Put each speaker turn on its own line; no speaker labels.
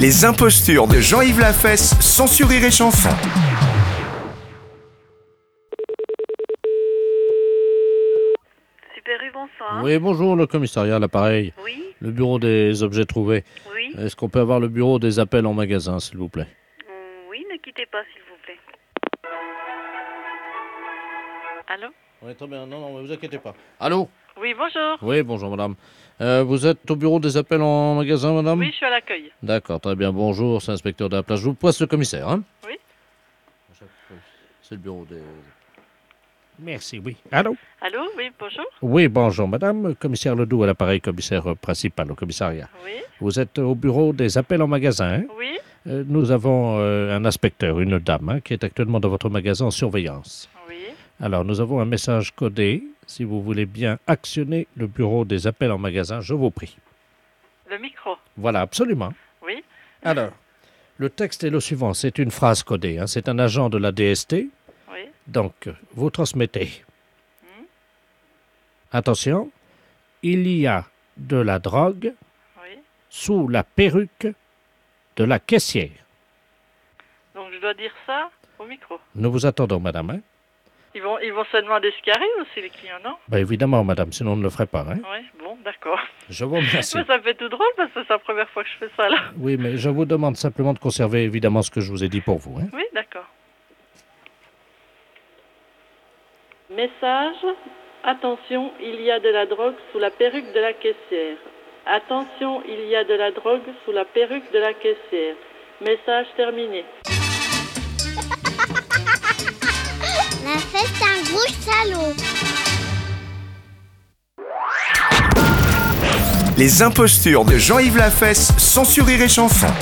Les impostures de Jean-Yves Lafesse, sans sourire et chanson.
Super U, bonsoir.
Oui, bonjour, le commissariat, l'appareil,
Oui,
le bureau des objets trouvés.
oui,
Est-ce qu'on peut avoir le bureau des appels en magasin, s'il vous plaît
Mm, oui, ne quittez pas, s'il vous plaît. Allô
Oui, très bien, non, non, vous inquiétez pas. Allô
Oui, bonjour.
Oui, bonjour, madame. Euh, vous êtes au bureau des appels en magasin, madame
Oui, je suis à l'accueil.
D'accord, très bien, bonjour, c'est l'inspecteur de la place. Je vous passe le commissaire, hein
Oui.
C'est le bureau des...
Merci, oui. Allô?
Allô, oui, bonjour.
Oui, bonjour, madame. Commissaire Ledoux à l'appareil, commissaire euh, principal au commissariat.
Oui,
Vous êtes au bureau des appels en magasin. hein?
oui,
Euh, nous avons euh, un inspecteur, une dame, hein, qui est actuellement dans votre magasin en surveillance.
oui.
Alors, nous avons un message codé. Si vous voulez bien actionner le bureau des appels en magasin, je vous prie.
Le micro.
Voilà, absolument.
Oui,
Alors, le texte est le suivant. C'est une phrase codée. hein. C'est un agent de la DST.
oui,
Donc, vous transmettez. Attention, il y a de la drogue
oui.
sous la perruque de la caissière.
Donc je dois dire ça au micro.
Nous vous attendons, madame. Hein
Ils vont, ils vont se demander ce qui arrive aussi, les clients, non
ben évidemment, madame, sinon on ne le ferait pas. Hein
Oui, bon, d'accord.
je vous remercie.
Moi, ça me fait tout drôle parce que c'est la première fois que je fais ça, là.
Oui, mais je vous demande simplement de conserver évidemment ce que je vous ai dit pour vous. Hein
Oui, d'accord. Message. Attention, il y a de la drogue sous la perruque de la caissière. Attention, il y a de la drogue sous la perruque de la caissière. Message terminé.
La fête, c'est un gros salaud.
Les impostures de Jean-Yves Lafesse, sans sourire et chanson.